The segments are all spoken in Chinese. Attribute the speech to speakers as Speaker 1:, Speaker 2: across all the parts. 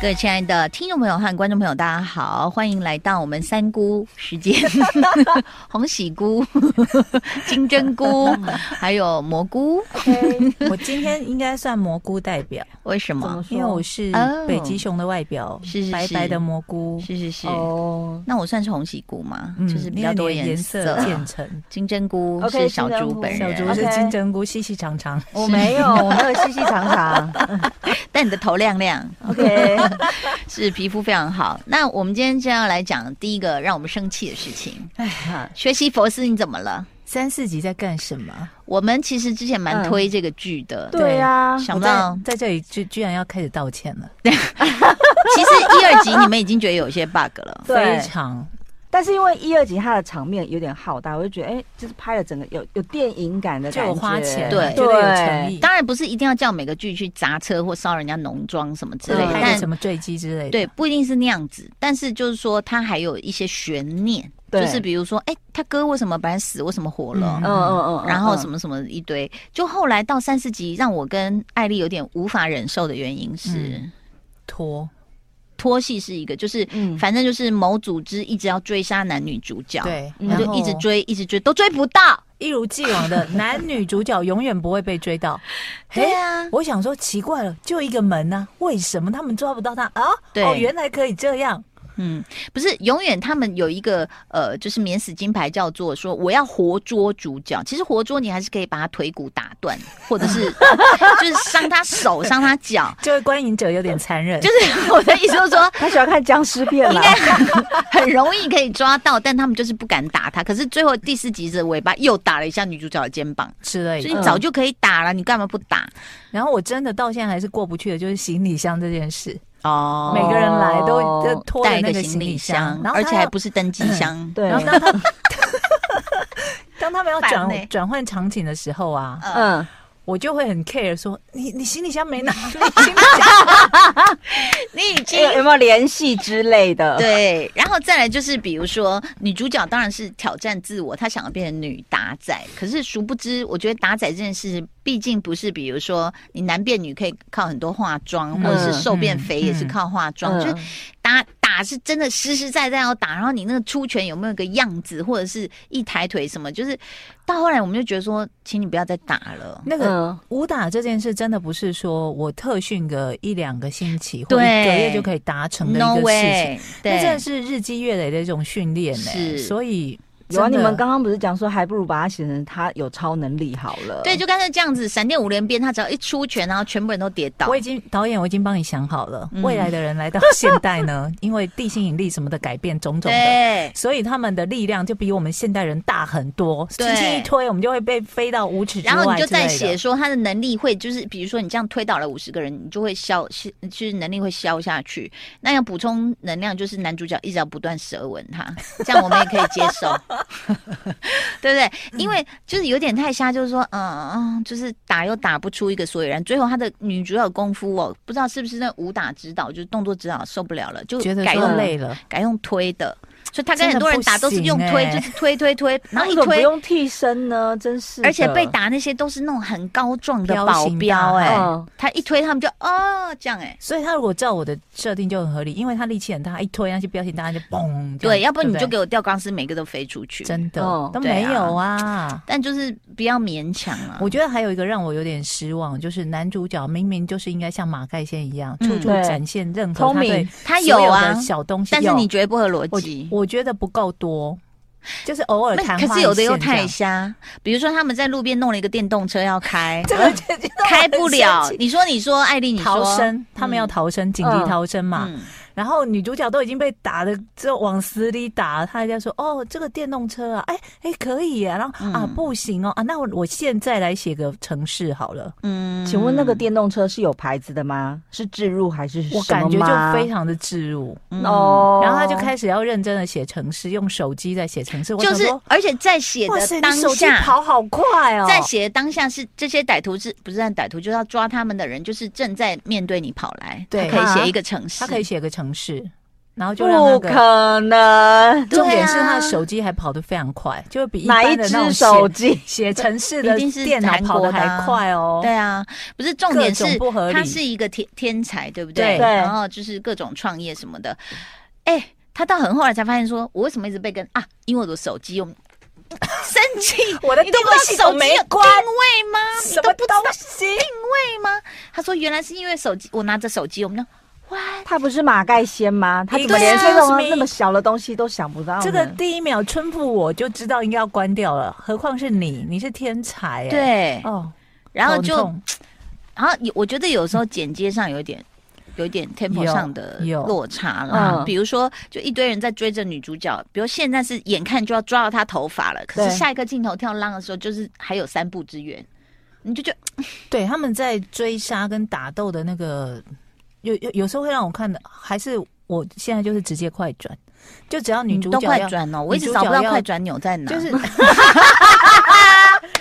Speaker 1: 各位亲爱的听众朋友和观众朋友，大家好，欢迎来到我们三姑时 间，红喜菇、金针菇，还有蘑菇。
Speaker 2: 我今天应该算蘑菇代 表，
Speaker 1: 为什
Speaker 3: 怎么
Speaker 1: 么？
Speaker 3: 说
Speaker 2: 因为我是
Speaker 1: 哦
Speaker 2: 北极熊的外表，
Speaker 1: 是是是
Speaker 2: 白白的蘑菇，
Speaker 1: 是是是，
Speaker 3: 哦
Speaker 1: 那我算是红喜菇吗？
Speaker 2: 嗯
Speaker 1: 就是比较多
Speaker 2: 因为你的颜
Speaker 1: 色。
Speaker 2: 渐层。
Speaker 1: 金针菇是
Speaker 3: OK，
Speaker 1: 小猪本
Speaker 2: 小
Speaker 1: 人，
Speaker 2: 猪是
Speaker 3: OK
Speaker 2: 金针菇，细细 长长。
Speaker 3: 我没有，我没有 细细长长。
Speaker 1: 但你的头亮亮，
Speaker 3: OK，
Speaker 1: 是皮肤非常好。那我们今天就要来讲第一个让我们生气的事情。哎，学习佛斯，你怎么了？
Speaker 2: 三四集在干什么？
Speaker 1: 我们其实之前
Speaker 2: 嗯
Speaker 1: 蛮推这个剧的，
Speaker 3: 对呀、
Speaker 1: 想
Speaker 2: 我
Speaker 1: 不
Speaker 2: 在
Speaker 1: 到
Speaker 2: 在这里居居然要开始道歉了，
Speaker 1: 其实一二集你们已经觉得有些 bug 了。
Speaker 2: 非
Speaker 3: 对。
Speaker 2: 常
Speaker 3: 但是因为一二集它的场面有点浩大，我就觉得哎、就是拍了整个有有电影感的
Speaker 2: 就
Speaker 3: 感觉，
Speaker 2: 有花钱，
Speaker 1: 对
Speaker 2: 觉得有诚意，
Speaker 1: 当然不是一定要叫每个剧去砸车或烧人家农庄什么之类的，
Speaker 3: 嗯
Speaker 2: 拍个
Speaker 1: 但
Speaker 2: 什么坠机之类的，
Speaker 1: 对，不一定是那样子。但是就是说，它还有一些悬念，
Speaker 3: 对
Speaker 1: 就是比如说，哎、他哥为什么本来死，为什么活了？
Speaker 2: 嗯
Speaker 3: 嗯嗯嗯，
Speaker 1: 然后什
Speaker 3: 么？
Speaker 1: 么什么一堆，就后来到三四集，让我跟艾丽有点无法忍受的原因是，
Speaker 2: 嗯拖，
Speaker 1: 拖戏是一个，就是、
Speaker 3: 嗯
Speaker 1: 反正就是某组织一直要追杀男女主角，，
Speaker 2: 对，
Speaker 3: 嗯
Speaker 2: 然
Speaker 1: 就一直
Speaker 2: 后
Speaker 1: 追，一直追，都追不到。
Speaker 2: 一如既往的男女主角永远不会被追到。
Speaker 1: 对
Speaker 2: 嘿
Speaker 1: 啊，
Speaker 2: 我想说奇怪了，就一个门呐、为什么他们抓不到他啊？
Speaker 1: 对
Speaker 2: 哦，原来可以这样。
Speaker 1: 嗯，不是，永远他们有一个呃，就是免死金牌，叫做说我要活捉主角。其实活捉你还是可以把他腿骨打断，或者是 呃就是伤他手、伤他脚。
Speaker 2: 这位观影者有点 残忍，
Speaker 1: 就是是我的意思，就是说
Speaker 3: 他喜欢看僵尸片
Speaker 1: 应
Speaker 3: 啦，
Speaker 1: 该很很容易可以抓到，但他们就是不敢打他。可是最后第四集的尾巴又打了一下女主角的肩膀，
Speaker 2: 之类
Speaker 1: 所
Speaker 2: 的嗯
Speaker 1: 以。你早就可以打了，你干嘛不打？
Speaker 2: 然后我真的到现在还是过不去的，就是行李箱这件事，
Speaker 1: 哦
Speaker 2: 每个人来都都拖着
Speaker 1: 带一
Speaker 2: 那
Speaker 1: 个
Speaker 2: 行
Speaker 1: 行
Speaker 2: 李
Speaker 1: 李
Speaker 2: 箱
Speaker 1: 箱，，
Speaker 2: 然后
Speaker 1: 而且还
Speaker 2: 他
Speaker 1: 不是登机 箱。
Speaker 3: 对
Speaker 2: 要，，然后当 他当他们要
Speaker 1: 烦欸
Speaker 2: 转转换场景的时候啊，
Speaker 1: 嗯，
Speaker 3: 嗯，
Speaker 2: 我就会很 care 说，你你行李 箱没拿，你行李
Speaker 1: 嗯
Speaker 2: 箱
Speaker 1: 你已经
Speaker 3: 有有没有联系之类 的？，嗯
Speaker 1: 对，然后再来就是，比如说女主角当然是挑战自我，她想要变成女打仔，可是殊不知，我觉得打仔这件事毕竟不是，比如说你男变女可以靠很多化妆，
Speaker 2: 嗯
Speaker 1: 或者是瘦变肥也是靠化妆，
Speaker 3: 嗯
Speaker 1: 就是打打是真的实实在在要打，然后你那个出拳有没有一个样子，或者是一抬腿什么，就是到后来我们就觉得说，请你不要再打了。
Speaker 2: 那个
Speaker 3: 嗯，
Speaker 2: 武打这件事真的不是说我特训个一两个星期或一
Speaker 1: 对
Speaker 2: 个月就可以达成的
Speaker 1: No
Speaker 2: 一个事情，
Speaker 1: way，
Speaker 2: 那真
Speaker 1: 对
Speaker 2: 的，是日积月累的一种训练呢、
Speaker 1: 是
Speaker 2: 所以
Speaker 3: 有啊，
Speaker 2: 真
Speaker 3: 你
Speaker 2: 的
Speaker 3: 们刚刚不是讲说，还不如把它写成他有超能力好了？
Speaker 1: 对，就干脆这样子，闪电五连鞭，他只要一出拳，然后全部人都跌倒。
Speaker 2: 我已经导演我已经帮你想好了，
Speaker 1: 嗯
Speaker 2: 未来的人来到现代 呢，因为地心引力什么的改变种种的。
Speaker 1: 对，
Speaker 2: 所以他们的力量就比我们现代人大很多，轻
Speaker 1: 对
Speaker 2: 轻一推，我们就会被飞到五尺之外
Speaker 1: 然后你就再
Speaker 2: 之类
Speaker 1: 写
Speaker 2: 的
Speaker 1: 说他的能力会，就是比如说你这样推倒了五十个人，你就会消，就是能力会消下去。那要补充能量，就是男主角一直要不断舌吻他，这样我们也可以接受， 对不对？因为就是有点太瞎，就是说，嗯嗯，就是打又打不出一个所以然。最后他的女主角功夫哦，不知道是不是那武打指导，就是动作指导受不了了，就
Speaker 2: 觉得
Speaker 1: 改
Speaker 2: 说
Speaker 1: 用
Speaker 2: 累了，
Speaker 1: 改用推的。所以他跟
Speaker 2: 真的
Speaker 1: 很多人打
Speaker 2: 不
Speaker 1: 都是用
Speaker 2: 行
Speaker 1: 推，
Speaker 2: 欸
Speaker 1: 就是推推推，然
Speaker 3: 那
Speaker 1: 后一
Speaker 3: 为什么不
Speaker 1: 推
Speaker 3: 用替身呢？真是的，
Speaker 1: 而且被打那些都是那种很高壮的
Speaker 2: 彪
Speaker 1: 保
Speaker 2: 形大
Speaker 1: 镖哎、
Speaker 2: 汉
Speaker 3: 嗯，
Speaker 1: 他一推他们就哦这样哎、
Speaker 2: 所以他如果照我的设定就很合理，因为他力气很大，一推那些标型大家就嘣，这
Speaker 1: 对，
Speaker 2: 样
Speaker 1: 要不然你
Speaker 2: 对
Speaker 1: 就
Speaker 2: 对
Speaker 1: 给我吊钢丝，每个都飞出去。
Speaker 2: 真的、
Speaker 3: 哦
Speaker 2: 都
Speaker 1: 对啊
Speaker 2: 没有啊。
Speaker 1: 但就是不要勉强啊。
Speaker 2: 我觉得还有一个让我有点失望，就是男主角明明就是应该像马盖先一样，
Speaker 1: 嗯
Speaker 2: 处处
Speaker 3: 对
Speaker 2: 展现任何
Speaker 3: 聪
Speaker 2: 他
Speaker 3: 明
Speaker 2: 对
Speaker 1: 他
Speaker 2: 所
Speaker 1: 有
Speaker 2: 有
Speaker 1: 啊
Speaker 2: 的，小东西，
Speaker 1: 但是
Speaker 2: 有
Speaker 1: 你觉得不合逻
Speaker 2: 我
Speaker 1: 辑。
Speaker 2: 我觉得不够多，就是偶尔
Speaker 1: 那
Speaker 2: 昙花一现
Speaker 1: 可是有的又
Speaker 2: 这
Speaker 1: 太
Speaker 2: 样，
Speaker 1: 瞎，比如说他们在路边弄了一个电动车要开
Speaker 2: 这个就觉得
Speaker 1: 开
Speaker 2: 我
Speaker 1: 不
Speaker 2: 很生
Speaker 1: 了。
Speaker 2: 气
Speaker 1: 你说，你说，艾丽，你说
Speaker 2: 逃生，他们要逃生，紧急逃生嘛。
Speaker 1: 嗯，
Speaker 2: 然后女主角都已经被打的，就往死里打，他还在说哦，这个电动车啊，哎哎可以耶、然后、啊
Speaker 1: 嗯
Speaker 2: 不行哦啊，那我我现在来写个程式好了，
Speaker 1: 嗯
Speaker 3: 请问那个电动车是有牌子的吗？是置入还是
Speaker 2: 我感觉就非常的置入。
Speaker 1: 嗯
Speaker 3: 哦，
Speaker 2: 然后他就开始要认真的写程式，用手机在写程式。我
Speaker 1: 就
Speaker 2: 想
Speaker 1: 是
Speaker 2: 说，
Speaker 1: 而且在写
Speaker 2: 哇
Speaker 1: 的
Speaker 2: 塞，
Speaker 1: 当
Speaker 2: 你手机
Speaker 1: 下，
Speaker 2: 跑好快哦！
Speaker 1: 在写的当下是这些歹徒是不是让歹徒就是要抓他们的人，就是正在面对你跑来，
Speaker 2: 对
Speaker 1: 他可以
Speaker 3: 啊
Speaker 1: 写一个城市，
Speaker 2: 他可以写个程式，然后就让那
Speaker 3: 不
Speaker 2: 个。
Speaker 3: 可能，
Speaker 1: 对啊
Speaker 2: 重点是他的手机还跑得非常快，就比一
Speaker 3: 哪一
Speaker 2: 般的那
Speaker 3: 只
Speaker 2: 种
Speaker 3: 手
Speaker 2: 写
Speaker 3: 机？
Speaker 2: 写程式的
Speaker 1: 一定是
Speaker 2: 电脑跑
Speaker 1: 韩国
Speaker 2: 得
Speaker 1: 的啊
Speaker 2: 还快哦。
Speaker 1: 对啊，不是重点是
Speaker 2: 各种不合理
Speaker 1: 他是一个天天才，对不对？
Speaker 2: 对
Speaker 3: 对
Speaker 1: 然后就是各种创业什么的，哎、他到很后来才发现说，我为什么一直被跟啊？因为我的手机 用生气，
Speaker 2: 我的
Speaker 1: 你都不知道手机有定位吗？
Speaker 2: 啊
Speaker 1: 你都不知道
Speaker 2: 西？
Speaker 1: 定位吗？他说原来是因为手机，我拿着手机，我们就
Speaker 3: 他不是马盖先吗？他怎么
Speaker 2: 对
Speaker 3: 连
Speaker 2: 啊
Speaker 3: 这种
Speaker 2: Excuse me
Speaker 3: 那么小的东西都想不到呢？
Speaker 2: 这个第一秒春妇我就知道应该要关掉了，何况是你，你是天才哎。
Speaker 1: 对，
Speaker 2: 哦，
Speaker 1: 然后就
Speaker 2: 头很痛
Speaker 1: 然后有我觉得有时候剪接上有一点。有一点 tempo
Speaker 2: 有
Speaker 1: 上的
Speaker 2: 有
Speaker 1: 落差了，
Speaker 3: 嗯
Speaker 1: 比如说，就一堆人在追着女主角，比如现在是眼看就要抓到她头发了，可是
Speaker 3: 对
Speaker 1: 下一个镜头跳浪的时候，就是还有三步之远，你就觉得
Speaker 2: 对，他们在追杀跟打斗的那个，有有有时候会让我看的，还是我现在就是直接快转，就只要女主
Speaker 1: 都
Speaker 2: 角
Speaker 1: 快
Speaker 2: 要
Speaker 1: 转哦，我一直
Speaker 2: 女主
Speaker 1: 找
Speaker 2: 角
Speaker 1: 不到
Speaker 2: 要
Speaker 1: 快转钮在哪，
Speaker 2: 就是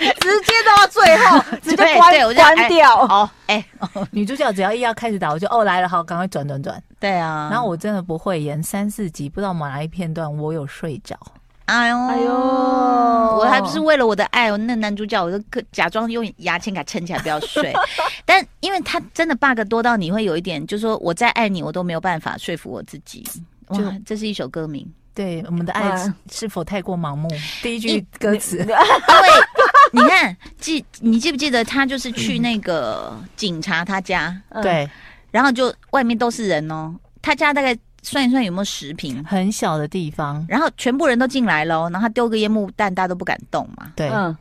Speaker 3: 直接到最 后，直接
Speaker 1: 对
Speaker 3: 关
Speaker 1: 对我就哎
Speaker 3: 关掉。
Speaker 1: 哦，哎，
Speaker 2: 女主角只要一要开始打，我就哦来了，好，赶快转转转。
Speaker 1: 对啊，
Speaker 2: 然后我真的不会演三四集，不知道哪一片段我有睡着。
Speaker 1: 哎呦
Speaker 3: 哎呦
Speaker 1: 我还不是为了我的爱，我那男主角我都可假装用牙签给他撑起来不要 睡，但因为他真的 bug 多到你会有一点，就说我再爱你，我都没有办法说服我自己。哇
Speaker 2: 就，
Speaker 1: 这是一首歌名，
Speaker 2: 对，我们的爱
Speaker 3: 哇
Speaker 2: 是是否太过盲目？第
Speaker 1: 嗯一
Speaker 2: 一句歌词，
Speaker 1: 因为你看记你记不记得他就是去那个警察他家，
Speaker 3: 嗯，
Speaker 2: 对，
Speaker 1: 然后就外面都是人哦，他家大概算一算有没有十平，
Speaker 2: 很小的地方，
Speaker 1: 然后全部人都进来哦喽，然后他丢个烟幕弹，大家都不敢动嘛。
Speaker 2: 对，
Speaker 3: 嗯，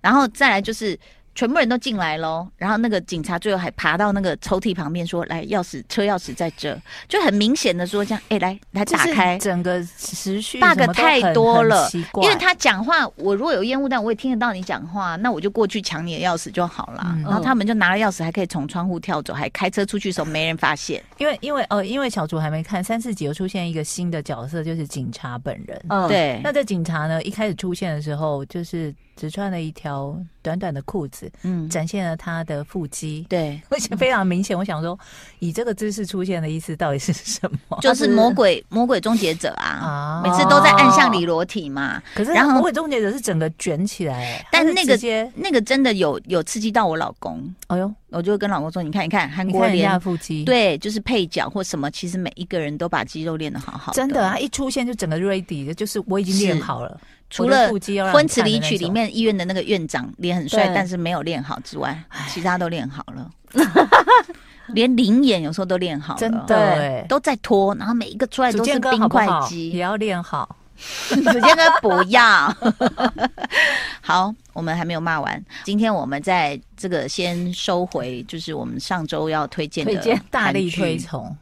Speaker 1: 然后再来就是全部人都进来喽，然后那个警察最后还爬到那个抽屉旁边说：“来，钥匙车钥匙在这。”就很明显的说：“这样，哎、来来
Speaker 2: 就
Speaker 1: 打
Speaker 2: 是
Speaker 1: 开。
Speaker 2: 整个时序
Speaker 1: bug
Speaker 2: 什么都很
Speaker 1: 太多了
Speaker 2: 很奇怪
Speaker 1: 因为他讲话，我如果有烟雾弹，我也听得到你讲话，那我就过去抢你的钥匙就好啦。
Speaker 2: 嗯
Speaker 1: 然后他们就拿了钥匙，还可以从窗户跳走，还开车出去的时候没人发现。
Speaker 2: 因为因为呃，因为小竹还没看三四集，有出现一个新的角色，就是警察本人。
Speaker 3: 嗯，
Speaker 1: 对，
Speaker 2: 哦那这警察呢，一开始出现的时候，就是只穿了一条短短的裤子，
Speaker 1: 嗯，
Speaker 2: 展现了他的腹肌，
Speaker 1: 对，
Speaker 2: 而且非常明显。我想说，以这个姿势出现的意思到底哦是什么？
Speaker 1: 就是
Speaker 3: 是
Speaker 1: 魔鬼魔鬼终结者啊，
Speaker 2: 啊
Speaker 1: 每次都在暗巷里裸体嘛。
Speaker 2: 可是
Speaker 1: 然后
Speaker 2: 魔鬼终结者是整个卷起来，欸
Speaker 1: 但
Speaker 2: 他是
Speaker 1: 那个
Speaker 2: 直接，
Speaker 1: 那个真的有有刺激到我老公，
Speaker 2: 哎呦，
Speaker 1: 我就会跟老公说：“你看，你看，韩
Speaker 2: 你
Speaker 1: 国
Speaker 2: 看人家
Speaker 1: 连
Speaker 2: 的腹肌，，
Speaker 1: 对，就是配角或什么，其实每一个人都把肌肉练得好好
Speaker 2: 真的，啊他一出现就整个 ready，就是我已经练
Speaker 1: 是
Speaker 2: 好了，
Speaker 1: 除
Speaker 2: 我的
Speaker 1: 了
Speaker 2: 腹肌要
Speaker 1: 《
Speaker 2: 让
Speaker 1: 婚
Speaker 2: 你
Speaker 1: 词
Speaker 2: 看的
Speaker 1: 离
Speaker 2: 那
Speaker 1: 曲》里
Speaker 2: 种
Speaker 1: 面医院的那个院长脸很帅，
Speaker 3: 对
Speaker 1: 但是没有练好之外，其他都练好了， 连灵眼有时候都练好了，
Speaker 2: 真的
Speaker 3: 对
Speaker 2: 哎，
Speaker 1: 都在拖，然后每一个出来
Speaker 2: 主
Speaker 1: 都是
Speaker 2: 健哥
Speaker 1: 冰
Speaker 2: 好不
Speaker 1: 块
Speaker 2: 好？也
Speaker 1: 肌。
Speaker 2: 要练好。
Speaker 1: 主健哥不要。 好，我们还没有骂完，今天我们在这个先收回，就是我们上周要推荐的
Speaker 3: 推荐
Speaker 2: 大力
Speaker 1: 韩剧
Speaker 2: 推崇，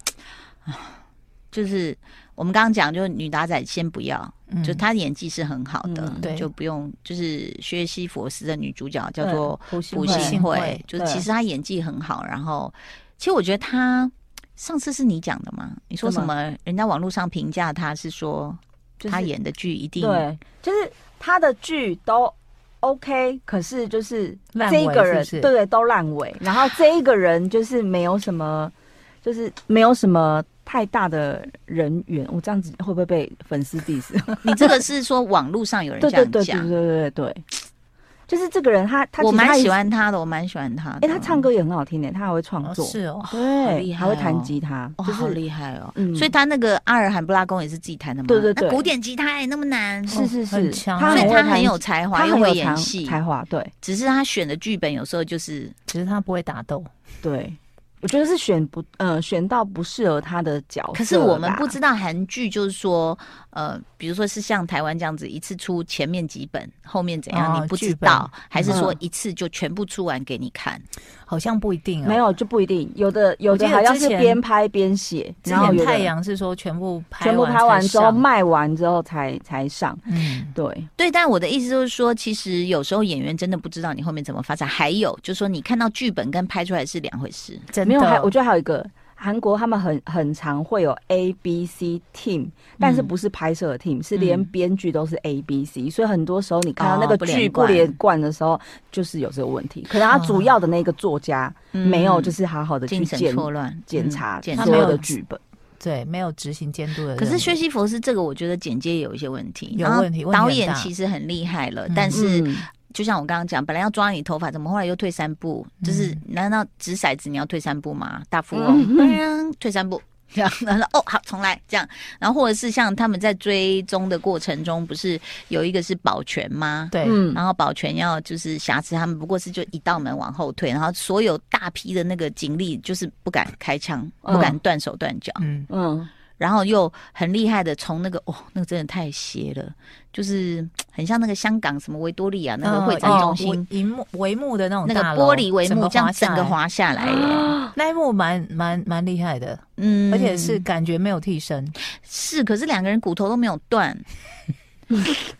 Speaker 1: 就是我们刚刚讲，就是女打仔先不要，
Speaker 2: 嗯
Speaker 1: 就她的演技是很好的，
Speaker 3: 嗯
Speaker 2: 对
Speaker 1: 就不用就是薛西佛斯的女主角叫做
Speaker 3: 朴
Speaker 1: 朴
Speaker 2: 惠
Speaker 1: 信
Speaker 2: 信
Speaker 1: 惠
Speaker 2: 惠，
Speaker 1: 就
Speaker 3: 对
Speaker 1: 其实她演技很好，然后其实我觉得她上次是你讲的嘛，你说
Speaker 3: 什
Speaker 1: 什
Speaker 3: 么
Speaker 1: 么？人家网络上评价她是说
Speaker 3: 就是
Speaker 1: 她演的剧一定
Speaker 3: 对，就是他的剧都 OK，可是就是
Speaker 2: 烂
Speaker 3: 这一
Speaker 2: 尾
Speaker 3: 个
Speaker 2: 是不
Speaker 3: 人
Speaker 2: 是
Speaker 3: 对对都烂尾，然后这一个人就是没有什么，就是没有什么太大的人缘。我这样子会不会被粉丝 diss？
Speaker 1: 你这个是说网络上有人
Speaker 3: 对
Speaker 1: 这
Speaker 3: 对
Speaker 1: 样
Speaker 3: 对对
Speaker 1: 讲，
Speaker 3: 对对对对，就是这个人他他
Speaker 1: 我
Speaker 3: 其实他
Speaker 1: 蛮
Speaker 3: 也
Speaker 1: 喜，欢她的，我蛮喜欢她的。
Speaker 3: 哎，他唱歌也很好听的，他还会创
Speaker 2: 哦
Speaker 3: 作，
Speaker 2: 是哦，
Speaker 1: 好
Speaker 3: 对，
Speaker 1: 厉害
Speaker 3: 还会弹
Speaker 1: 哦
Speaker 3: 吉他，
Speaker 1: 哇，
Speaker 3: 就
Speaker 1: 好
Speaker 3: 是
Speaker 1: 厉害哦！
Speaker 3: 嗯
Speaker 1: 所以他那个阿尔罕布拉宫也是自己弹的嘛？
Speaker 3: 对对对
Speaker 1: 那古典吉他也哎那么难，
Speaker 3: 是是
Speaker 2: 哦很
Speaker 3: 是，
Speaker 2: 强
Speaker 3: 他
Speaker 1: 所以
Speaker 3: 会
Speaker 1: 他
Speaker 3: 弹
Speaker 1: 很有才华，
Speaker 3: 他
Speaker 1: 又
Speaker 3: 很
Speaker 1: 会
Speaker 3: 有
Speaker 1: 演
Speaker 3: 才
Speaker 1: 戏，
Speaker 3: 才华，对
Speaker 1: 只是他选的剧本有时候就是
Speaker 2: 只是他不会打斗。
Speaker 3: 对。我觉得是选不呃选到不适合他的哦角色啦。
Speaker 1: 可是我们不知道韩剧就是说，呃，比如说是像台湾这样子，一次出前面几本，后面怎样、
Speaker 2: 哦
Speaker 1: 你不知
Speaker 2: 剧本
Speaker 1: 道，还是说
Speaker 3: 嗯
Speaker 1: 一次就全部出完给你看？
Speaker 2: 好像不一定啊。
Speaker 3: 没有就不一定，有的有的
Speaker 2: 我记得
Speaker 3: 好像
Speaker 2: 之
Speaker 3: 是
Speaker 2: 前
Speaker 3: 边拍边写，
Speaker 2: 之
Speaker 3: 然后有
Speaker 2: 前
Speaker 3: 的
Speaker 2: 太阳是说全部拍
Speaker 3: 全部
Speaker 2: 完
Speaker 3: 拍完之后
Speaker 2: 才上，
Speaker 3: 卖完之后才才上，
Speaker 2: 嗯，
Speaker 3: 对，
Speaker 1: 对，但我的意思就是说，其实有时候演员真的不知道你后面怎么发展。还有就是说，你看到剧本跟拍出来是两回事。
Speaker 2: 真
Speaker 3: 没有还我
Speaker 2: 的。
Speaker 3: 觉得还有一个。韩国他们很很常会有 A B C team，但是
Speaker 1: 嗯
Speaker 3: 不是拍摄的 team，、是连
Speaker 1: 嗯
Speaker 3: 编剧都是 A B C，、所以很多时候你看到那
Speaker 1: 哦
Speaker 3: 个
Speaker 1: 不连
Speaker 3: 剧不
Speaker 1: 贯哦
Speaker 3: 连贯的时候，就是有这个问题。可能他主要的那个作家、没有就是好好的
Speaker 1: 嗯
Speaker 3: 去
Speaker 1: 精神
Speaker 3: 检
Speaker 1: 错乱，
Speaker 3: 检
Speaker 1: 嗯
Speaker 3: 查
Speaker 1: 检
Speaker 2: 查
Speaker 3: 所有
Speaker 2: 他没
Speaker 3: 的
Speaker 2: 有
Speaker 3: 剧本。
Speaker 2: 对，没有执行监督的任务。
Speaker 1: 可是薛西佛斯这个，我觉得剪接有一些问题，
Speaker 2: 有
Speaker 1: 然后
Speaker 2: 问题问题
Speaker 1: 导
Speaker 2: 很
Speaker 1: 演
Speaker 2: 大
Speaker 1: 其实很厉害了，
Speaker 2: 嗯
Speaker 1: 但是
Speaker 3: 嗯
Speaker 1: 就像我刚刚讲，本来要抓你头发，怎么后来又退三步？就是
Speaker 2: 嗯
Speaker 1: 难道掷骰子你要退三步吗？大富翁，嗯、退三步。这样然后哦好重来这样，然后或者是像他们在追踪的过程中，不是有一个是保全吗？
Speaker 2: 对，
Speaker 3: 嗯
Speaker 1: 然后保全要就是瑕疵，他们不过是就一道门往后退，然后所有大批的那个警力就是不敢开枪，
Speaker 3: 嗯
Speaker 1: 不敢断手断脚，
Speaker 2: 嗯，
Speaker 3: 嗯，
Speaker 1: 然后又很厉害的从那个哦，那个真的太邪了，就是嘖很像那个香港什么维多利亚那个会展中心、
Speaker 2: 哦我银幕帷幕的那种
Speaker 1: 那个
Speaker 2: 哦大楼
Speaker 1: 玻璃帷幕，这样
Speaker 2: 下
Speaker 1: 整个
Speaker 2: 来
Speaker 1: 滑下来 耶，
Speaker 2: 那一幕蛮蛮蛮厉害的，
Speaker 1: 嗯
Speaker 2: 而且是感觉没有替身，
Speaker 1: 是，可是两个人骨头都没有断，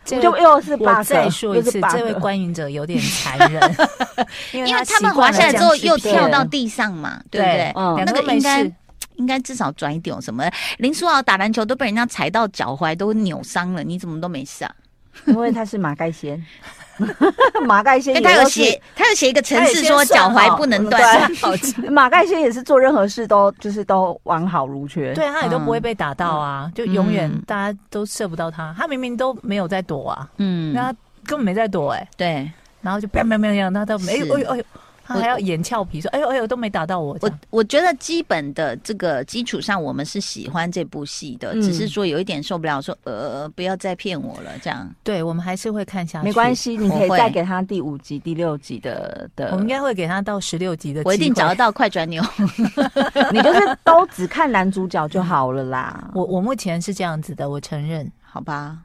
Speaker 2: 这
Speaker 3: 就
Speaker 2: 位
Speaker 3: 又 是 bug，
Speaker 2: 我再说一
Speaker 3: 又
Speaker 2: 次
Speaker 3: 是，
Speaker 2: 这位
Speaker 3: bug
Speaker 2: 观影者有点残忍， 因
Speaker 1: 因为他
Speaker 2: 习
Speaker 1: 们滑
Speaker 2: 惯了
Speaker 1: 下来之后
Speaker 2: 这
Speaker 1: 又
Speaker 2: 样去
Speaker 1: 跳
Speaker 2: 拍
Speaker 1: 到地上嘛，对不对
Speaker 2: 对？
Speaker 3: 嗯
Speaker 2: 两
Speaker 1: 那个
Speaker 2: 都没
Speaker 1: 应该
Speaker 2: 事
Speaker 1: 应该至少转一点什么的。林书豪打篮球都被人家踩到脚踝都扭伤了，你怎么都没事啊？
Speaker 3: 因为他是马盖先，马盖先
Speaker 1: 因为
Speaker 3: 也
Speaker 1: 哎他有
Speaker 3: 都是
Speaker 1: 写，他有写一个程
Speaker 3: 他也
Speaker 1: 式
Speaker 3: 先
Speaker 1: 说脚
Speaker 3: 算
Speaker 1: 踝
Speaker 3: 好
Speaker 1: 不能
Speaker 3: 嗯
Speaker 1: 断。
Speaker 3: 对，马盖先也是做任何事都就是都完好如缺。
Speaker 2: 对，他也都不会被打到啊，就永远大家都射不到他，他明明都没有在躲啊，
Speaker 1: 嗯，
Speaker 2: 那他根本没在躲哎，
Speaker 1: 对
Speaker 2: 然后就砰砰砰砰，他都
Speaker 1: 是
Speaker 2: 没，哎呦哎呦哎呦，他还要演俏皮说，哎呦哎呦都没打到我，这
Speaker 1: 我
Speaker 2: 样，
Speaker 1: 我觉得基本的这个基础上，我们是喜欢这部戏的，
Speaker 3: 嗯
Speaker 1: 只是说有一点受不了，说呃不要再骗我了这样。
Speaker 2: 对我们还啊是会看下去，
Speaker 3: 没关，系，你可
Speaker 1: 我
Speaker 3: 以
Speaker 1: 会
Speaker 3: 再给他第五集、第六集的的
Speaker 2: 我们应，该会给他到十六集的，
Speaker 1: 我一定找得。到快转 钮。
Speaker 3: 你就是都只看男主角就好了 啦。
Speaker 2: 我我目前是这样子的，我承认。
Speaker 1: 好吧。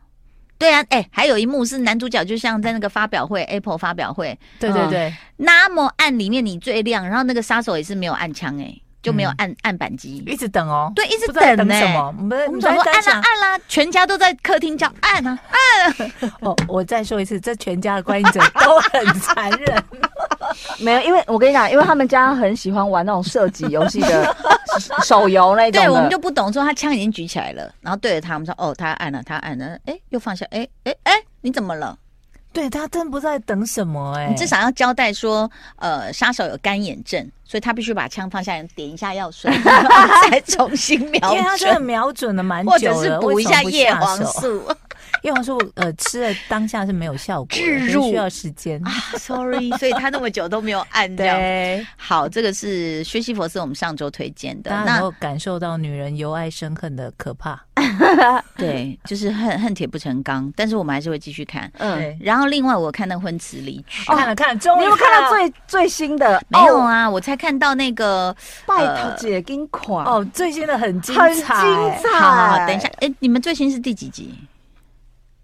Speaker 1: 对啊，哎、还有一幕是男主角就像在那个发表会，Apple 发表会，
Speaker 2: 对对对，
Speaker 1: 那么按里面你最亮，然后那个杀手也是没有按枪、哎，就没有按、按扳机，
Speaker 2: 一直等哦，
Speaker 1: 对，一直
Speaker 2: 嗯不知道
Speaker 1: 等
Speaker 2: 等
Speaker 1: 呢、
Speaker 2: 什么？我们
Speaker 1: 我们
Speaker 2: 我们
Speaker 1: 想
Speaker 2: 在
Speaker 1: 说按
Speaker 2: 在
Speaker 1: 啦、
Speaker 2: 想
Speaker 1: 按啦、啊全家都在客厅叫按啊，按
Speaker 2: 哦，我再说一次，这全家的观影者都很残忍，
Speaker 3: 没有，因为我跟你讲，因为他们家很喜欢玩那种射击游戏的手手游那种
Speaker 1: 对，
Speaker 3: 的
Speaker 1: 我们就不懂说他枪已经举起来了，然后对着他，我们说哦，他按了，他按了，哎、又放下，哎哎哎，你怎么了？
Speaker 2: 对他真不知道在等什么哎、
Speaker 1: 你至少要交代说，呃，杀手有干眼症，所以他必须把枪放下，点一下药 水，然后再重新瞄
Speaker 2: 因为他真的
Speaker 1: 准，
Speaker 2: 瞄准了蛮
Speaker 1: 或
Speaker 2: 久
Speaker 1: 者是
Speaker 2: 了，
Speaker 1: 补一
Speaker 2: 为什么
Speaker 1: 下
Speaker 2: 不
Speaker 1: 叶
Speaker 2: 下
Speaker 1: 黄
Speaker 2: 手，
Speaker 1: 素。
Speaker 2: 叶黄素呃吃了当下是没有效果的，
Speaker 1: 置
Speaker 2: 所以
Speaker 1: 入
Speaker 2: 需要时间。
Speaker 1: 啊，sorry，所以他那么久都没有按掉。
Speaker 2: 对，
Speaker 1: 好，这个是薛西佛斯，我们上周推荐的。
Speaker 2: 大家有没
Speaker 1: 那
Speaker 2: 有感受到女人由爱生恨的可怕？
Speaker 1: 对，就是恨恨铁不成钢，但是我们还是会继续看。
Speaker 3: 嗯，
Speaker 1: 然后另外我看那个婚词离曲，
Speaker 2: 看了看了，终于
Speaker 3: 你有没有看到
Speaker 2: 了
Speaker 3: 最最新的？
Speaker 1: 没有
Speaker 3: 哦，
Speaker 1: 啊，我才看到那个。
Speaker 3: 拜托姐跟垮，
Speaker 2: 哦，最新的很精彩，
Speaker 3: 很精彩。
Speaker 1: 好好好，等一下，哎，你们最新是第几集？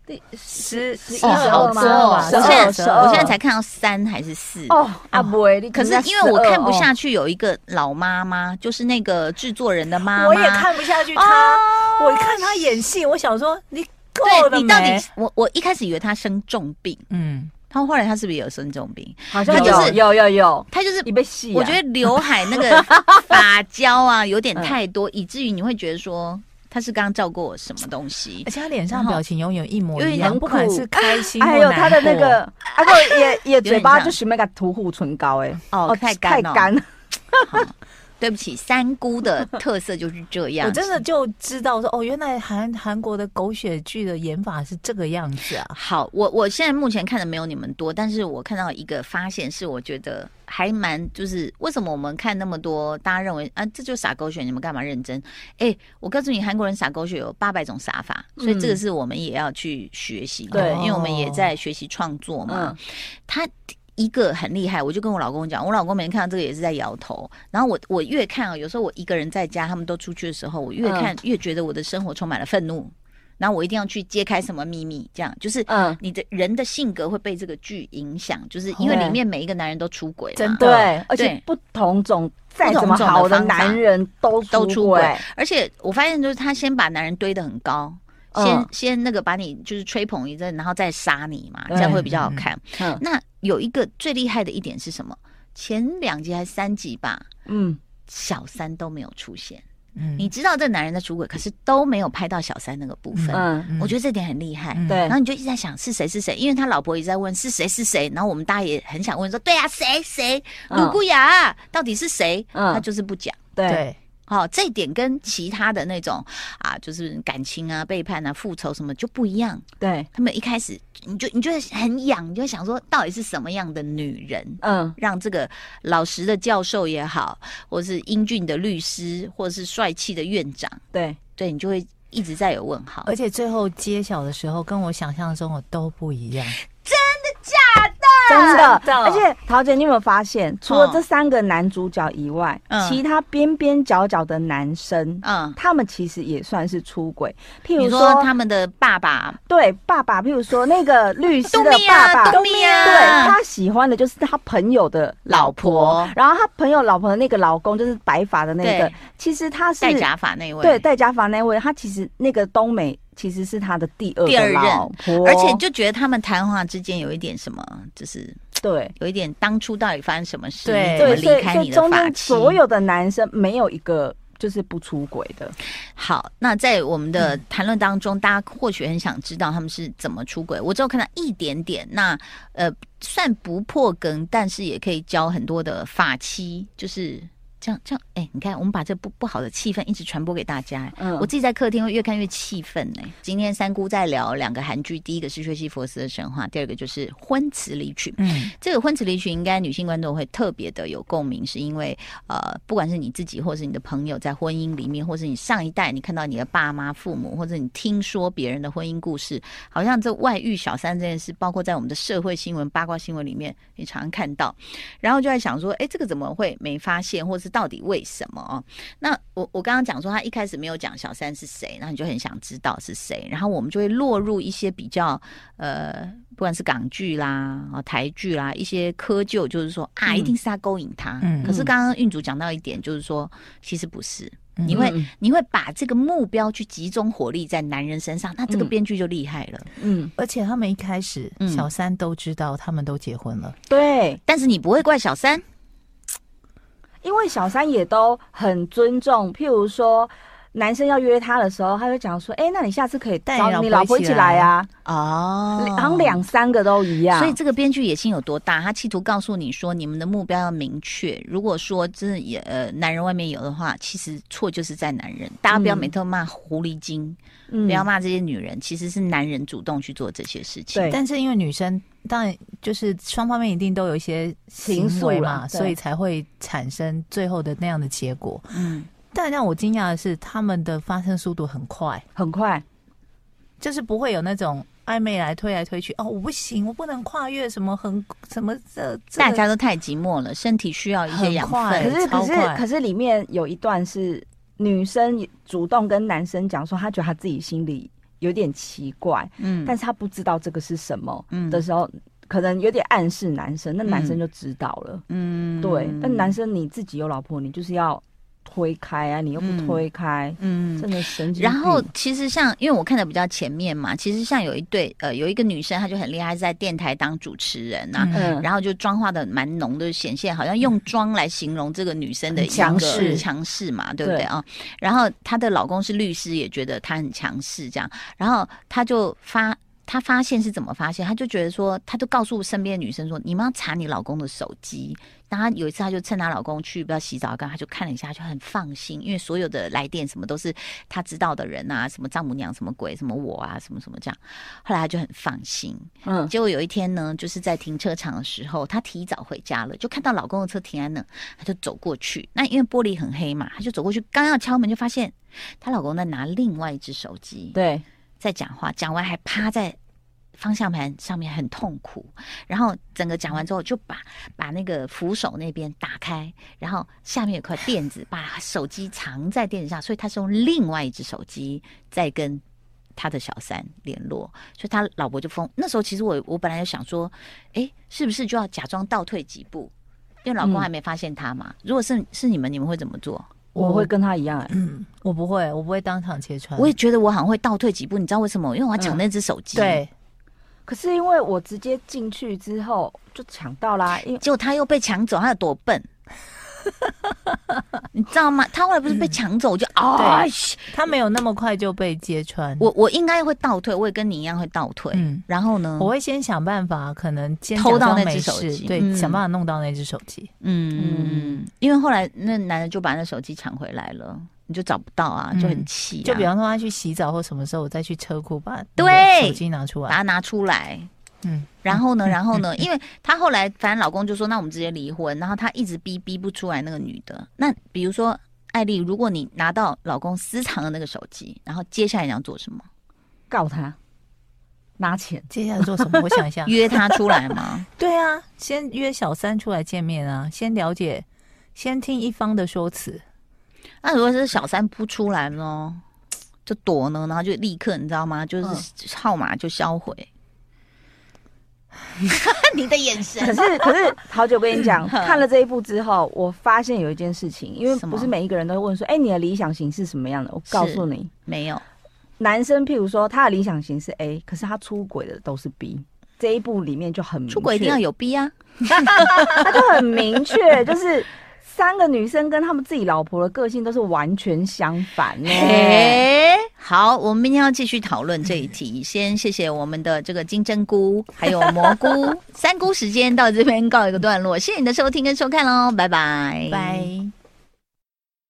Speaker 3: 第十
Speaker 2: 十十
Speaker 3: 哦
Speaker 2: 二
Speaker 3: 好
Speaker 2: 吧
Speaker 3: 多哦
Speaker 2: 十
Speaker 1: 我现
Speaker 2: 二
Speaker 1: 在
Speaker 3: 12
Speaker 2: 十
Speaker 1: 我
Speaker 2: 二
Speaker 1: 现在才看到三还是四？
Speaker 3: 哦，阿伯，你
Speaker 1: 可是
Speaker 3: 人家
Speaker 1: 因为我看不
Speaker 3: 12哦
Speaker 1: 下去，有一个老妈妈，就是那个制作人的妈妈，
Speaker 2: 我也看不下去
Speaker 1: 哦
Speaker 2: 他，我看他演戏，我想说你够了
Speaker 1: 对
Speaker 2: 没？
Speaker 1: 你到底，我我一开始以为她生重病，
Speaker 2: 嗯，
Speaker 1: 她后来她是不是也有生重病？
Speaker 3: 好像
Speaker 1: 他就
Speaker 3: 有
Speaker 1: 是
Speaker 3: 有有有，
Speaker 1: 她就是
Speaker 3: 你被戏啊，
Speaker 1: 我觉得刘海那个发胶啊有点太多，以至于你会觉得说她是刚刚照过我什么东西
Speaker 2: 而。且他脸上表情永远一模一
Speaker 1: 因为很
Speaker 2: 样，
Speaker 3: 苦
Speaker 2: 不管
Speaker 1: 啊
Speaker 2: 是开心，
Speaker 3: 哎还有他的那，个，阿哥也也嘴巴
Speaker 1: 像
Speaker 3: 就是那个涂护唇膏，哎，
Speaker 1: 哦，太干
Speaker 3: 太
Speaker 1: 了、
Speaker 3: 干了，
Speaker 1: 对不起，三姑的特色就是这样。
Speaker 2: 我真的就知道说，哦，原来韩韩国的狗血剧的演法是这个样子啊。
Speaker 1: 好，我我现在目前看的没有你们多，但是我看到一个发现是，我觉得还蛮就是为什么我们看那么多，大家认为啊这就傻狗血，你们干嘛认真？哎，我告诉你，韩国人傻狗血有八百种傻法，所以这个是我们也要去学习的，
Speaker 3: 对
Speaker 1: 因为我们也在学习创作嘛。
Speaker 3: 嗯
Speaker 1: 他一个很厉害，我就跟我老公讲，我老公每天看到这个也是在摇头。然后我我越看啊，有时候我一个人在家，他们都出去的时候，我越看、越觉得我的生活充满了愤怒。然后我一定要去揭开什么秘密，这样就是
Speaker 3: 嗯
Speaker 1: 你的人的性格会被这个剧影响，就是因为
Speaker 3: 对
Speaker 1: 里面每一个男人都出轨嘛，
Speaker 2: 真的
Speaker 3: 对，而且不同种再怎么好的男人都
Speaker 1: 都出
Speaker 3: 出
Speaker 1: 轨
Speaker 3: 轨，
Speaker 1: 而且我发现，就是他先把男人堆得很高，
Speaker 3: 嗯
Speaker 1: 先先那个把你就是吹捧一阵，然后再杀你嘛，
Speaker 3: 对
Speaker 1: 这样会比较好看。
Speaker 3: 嗯
Speaker 1: 那有一个最厉害的一点是什么？前两集还是三集吧，
Speaker 3: 嗯，
Speaker 1: 小三都没有出现。
Speaker 2: 嗯
Speaker 1: 你知道这男人在出轨，可是都没有拍到小三那个部分。
Speaker 3: 嗯
Speaker 1: 我觉得这点很厉害。
Speaker 2: 嗯
Speaker 3: 对
Speaker 1: 然后你就一直在想是谁是谁，因为他老婆一直在问是谁是谁，然后我们大家也很想问说对啊谁谁
Speaker 3: 嗯
Speaker 1: 卢姑雅到底是谁，
Speaker 3: 嗯
Speaker 1: 他就是不讲。
Speaker 3: 对，嗯
Speaker 2: 对，
Speaker 1: 好、这一点跟其他的那种啊，就是感情啊、背叛啊、复仇什么就不一样。
Speaker 3: 对，
Speaker 1: 他们一开始你就你就会很痒，你就会想说，到底是什么样的女人，
Speaker 3: 嗯
Speaker 1: 让这个老实的教授也好，或是英俊的律师，或是帅气的院长，
Speaker 3: 对，
Speaker 1: 对你就会一直在有问号。
Speaker 2: 而且最后揭晓的时候，跟我想象中的都不一样。
Speaker 3: 真的
Speaker 2: 真的。
Speaker 3: 而且桃姐，你有没有发现，除了这三个男主角以外，
Speaker 1: 嗯
Speaker 3: 其他边边角角的男生，
Speaker 1: 嗯，
Speaker 3: 他们其实也算是出轨。譬
Speaker 1: 比
Speaker 3: 如
Speaker 1: 如
Speaker 3: 说
Speaker 1: 说，他们的爸爸，
Speaker 3: 对爸爸，譬如说那 个律师的
Speaker 1: 东咪啊
Speaker 3: 爸爸，
Speaker 1: 东咪啊
Speaker 3: 对他喜欢的就是他朋友的老婆，
Speaker 1: 老婆
Speaker 3: 然后他朋友老婆的那个老公就是白发的那个
Speaker 1: 对，
Speaker 3: 其实他是
Speaker 1: 戴假发那位，
Speaker 3: 对，戴假发那位，他其实那个东美其实是他的第二
Speaker 1: 第二
Speaker 3: 个
Speaker 1: 任
Speaker 3: 老婆，
Speaker 1: 而且你就觉得他们谈话之间有一点什么，就是
Speaker 3: 对。
Speaker 1: 有一点当初到底发生什么事，你怎
Speaker 2: 对
Speaker 1: 么
Speaker 3: 对，所
Speaker 1: 哎离
Speaker 3: 以
Speaker 1: 开
Speaker 3: 所
Speaker 1: 你
Speaker 3: 以
Speaker 1: 的
Speaker 3: 中
Speaker 1: 发
Speaker 3: 间
Speaker 1: 妻？
Speaker 3: 所有的男生没有一个就是不出轨的，
Speaker 1: 好，那在我们的谈论当中，大家或许很想知道他们是怎么出轨。我只有看到一点点，那呃，算不破梗，但是也可以教很多的法妻，就是这样这样。哎、你看，我们把这不不好的气氛一直传播给大家、哎
Speaker 3: 嗯
Speaker 1: 我自己在客厅会越看越气愤呢。今天三姑在聊两个韩剧，第一个是《薛西佛斯的神话》，第二个就是《婚词离曲》。
Speaker 2: 嗯，
Speaker 1: 这个《婚词离曲》应该女性观众会特别的有共鸣，是因为呃，不管是你自己或是你的朋友在婚姻里面，或是你上一代你看到你的爸妈、父母，或者你听说别人的婚姻故事，好像这外遇、小三这件事，包括在我们的社会新闻、八卦新闻里面，你常常看到，然后就在想说，哎，这个怎么会没发现，或是到底为什么哦？那我我刚刚讲说，他一开始没有讲小三是谁，然后你就很想知道是谁，然后我们就会落入一些比较呃，不管是港剧啦、啊台剧啦，一些窠臼，就是说啊，一定是他勾引他。
Speaker 2: 嗯
Speaker 1: 可是刚刚运主讲到一点，就是说其实不是，你会
Speaker 3: 嗯
Speaker 1: 你会把这个目标去集中火力在男人身上，那这个
Speaker 3: 嗯
Speaker 1: 编剧就厉害了。
Speaker 3: 嗯，
Speaker 2: 而且他们一开始
Speaker 1: 嗯
Speaker 2: 小三都知道，他们都结婚了。
Speaker 3: 对，
Speaker 1: 但是你不会怪小三，
Speaker 3: 因为小三也都很尊重，譬如说男生要约她的时候，他会讲说：“哎、那你下次可以
Speaker 2: 带
Speaker 3: 找
Speaker 2: 你
Speaker 3: 你
Speaker 2: 老
Speaker 3: 老
Speaker 2: 婆
Speaker 3: 婆
Speaker 2: 一
Speaker 3: 一
Speaker 2: 起
Speaker 3: 起
Speaker 2: 来
Speaker 3: 来啊。
Speaker 1: 哦
Speaker 3: 好像两三个都一样，
Speaker 1: 所以这个编剧野心有多大？他企图告诉你说，你们的目标要明确。如果说真的也呃，男人外面有的话，其实错就是在男人。大家不要
Speaker 3: 嗯
Speaker 1: 每天骂狐狸精，
Speaker 3: 嗯
Speaker 1: 不要骂这些女人，其实是男人主动去做这些事情。
Speaker 3: 对
Speaker 2: 但是因为女生当然就是双方面一定都有一些行为嘛，
Speaker 3: 情愫啦对
Speaker 2: 所以才会产生最后的那样的结果。
Speaker 1: 嗯，
Speaker 2: 但让我惊讶的是，他们的发生速度很快，
Speaker 3: 很快，
Speaker 2: 就是不会有那种暧昧来推来推去。哦，我不行，我不能跨越什么很什么这这个
Speaker 1: 大家都太寂寞了，身体需要一些养
Speaker 2: 很
Speaker 3: 可
Speaker 2: 快
Speaker 1: 分。
Speaker 3: 是
Speaker 2: 超
Speaker 3: 可是
Speaker 2: 快
Speaker 3: 可是里面有一段是女生主动跟男生讲说，她觉得她自己心里有点奇怪，
Speaker 1: 嗯
Speaker 3: 但是她不知道这个是什么
Speaker 1: 嗯
Speaker 3: 的时候。可能有点暗示男生，那男
Speaker 1: 嗯
Speaker 3: 生就知道了。
Speaker 1: 嗯
Speaker 3: 对，但男生你自己有老婆，你就是要推开啊，你又不
Speaker 1: 嗯
Speaker 3: 推开，
Speaker 1: 嗯。
Speaker 3: 真的神经病。
Speaker 1: 然后其实像，因为我看的比较前面嘛，其实像有一对呃，有一个女生，她就很厉害，在电台当主持人啊，
Speaker 3: 嗯，
Speaker 1: 然后就妆化的蛮浓的，显现好像用妆来形容这个女生的一个
Speaker 3: 强势
Speaker 1: 强势嘛，对不对
Speaker 3: 对
Speaker 1: 啊？然后她的老公是律师，也觉得她很强势这样，然后她就发。她发现是怎么发现？她就觉得说，她就告诉身边的女生说：“你们要查你老公的手机。”然后她有一次，她就趁她老公去不知道洗澡啊干嘛，她就看了一下，她就很放心，因为所有的来电什么都是她知道的人啊，什么丈母娘、什么鬼、什么我啊，什么什么这样。后来她就很放心，
Speaker 3: 嗯，
Speaker 1: 结果有一天呢，就是在停车场的时候，她提早回家了，就看到老公的车停在那，她就走过去。那因为玻璃很黑嘛，她就走过去，刚要敲门就发现她老公在拿另外一只手机
Speaker 3: 对，
Speaker 1: 在讲话，讲完还趴在方向盘上面很痛苦，然后整个讲完之后就把把那个扶手那边打开，然后下面有块垫子，把手机藏在垫子上，所以他是用另外一只手机在跟他的小三联络，所以他老婆就疯。那时候其实我我本来就想说，诶，是不是就要假装倒退几步？因为老公还没发现他嘛。如果是是你们，你们会怎么做？
Speaker 3: 我会跟他一样、
Speaker 1: 嗯
Speaker 3: 欸，
Speaker 2: 我不会，我不会当场揭穿。
Speaker 1: 我也觉得我好像会倒退几步，你知道为什么？因为我要抢
Speaker 3: 嗯
Speaker 1: 那只手机。。
Speaker 2: 对，
Speaker 3: 可是因为我直接进去之后就抢到啦，因为
Speaker 1: 结果他又被抢走，他有多笨？ 你知道吗？他后来不是被抢走，我就
Speaker 2: 嗯
Speaker 1: 啊、嘘
Speaker 2: 他没有那么快就被揭穿。
Speaker 1: 我我应该会倒退，我也跟你一样会倒退。
Speaker 2: 嗯
Speaker 1: 然后呢
Speaker 2: 我，会先想办法，可能先
Speaker 1: 偷到
Speaker 2: 假装
Speaker 1: 那只
Speaker 2: 没
Speaker 1: 手
Speaker 2: 事
Speaker 1: 机
Speaker 2: 对，
Speaker 1: 嗯
Speaker 2: 想办法弄到那只手机。
Speaker 1: 嗯，因为后来那男的就把那手机抢回来了，你就找不到啊，
Speaker 2: 嗯
Speaker 1: 就很气、啊
Speaker 2: 就比方说他去洗澡或什么时候，我再去车库把那个
Speaker 1: 对啊
Speaker 2: 手机拿出
Speaker 1: 把
Speaker 2: 来。
Speaker 1: 它拿出来。
Speaker 2: 嗯，
Speaker 1: 然后呢，然后 呢，因为她后来反正老公就说，那我们直接离婚。然后她一直逼逼不出来那个女的。那比如说艾丽，如果你拿到老公私藏的那个手机，然后接下来你要做什么？
Speaker 3: 告他 拿钱，
Speaker 2: 接下来做什么？我想一下。
Speaker 1: 约他出来吗？
Speaker 2: 对啊，先约小三出来见面啊，先了解，先听一方的说辞。
Speaker 1: 那如果是小三不出来呢，就躲呢，然后就立刻你知道吗？就是号码就销毁。 你的眼
Speaker 3: 可
Speaker 1: 神，
Speaker 3: 是可是好久跟你讲，看了这一部之后，我发现有一件事情，因为
Speaker 1: 嗯什么
Speaker 3: 不是每一个人都会问说，哎、你的理想型是什么样的？我告诉你，
Speaker 1: 没有，
Speaker 3: 男生譬如说他的理想型是 A，可是他出轨的都是 B。这一部里面就很明确
Speaker 1: 出轨一定要有逼啊！
Speaker 3: 他就很明确，就是三个女生跟他们自己老婆的个性都是完全相 反呢、欸
Speaker 1: 哎，好，我们明天要继续讨论这一题。先谢谢我们的这个金针菇，还有蘑 菇哦三菇，时间到这边告一个段落。谢谢你的收听跟收看喽，拜拜，
Speaker 2: 拜。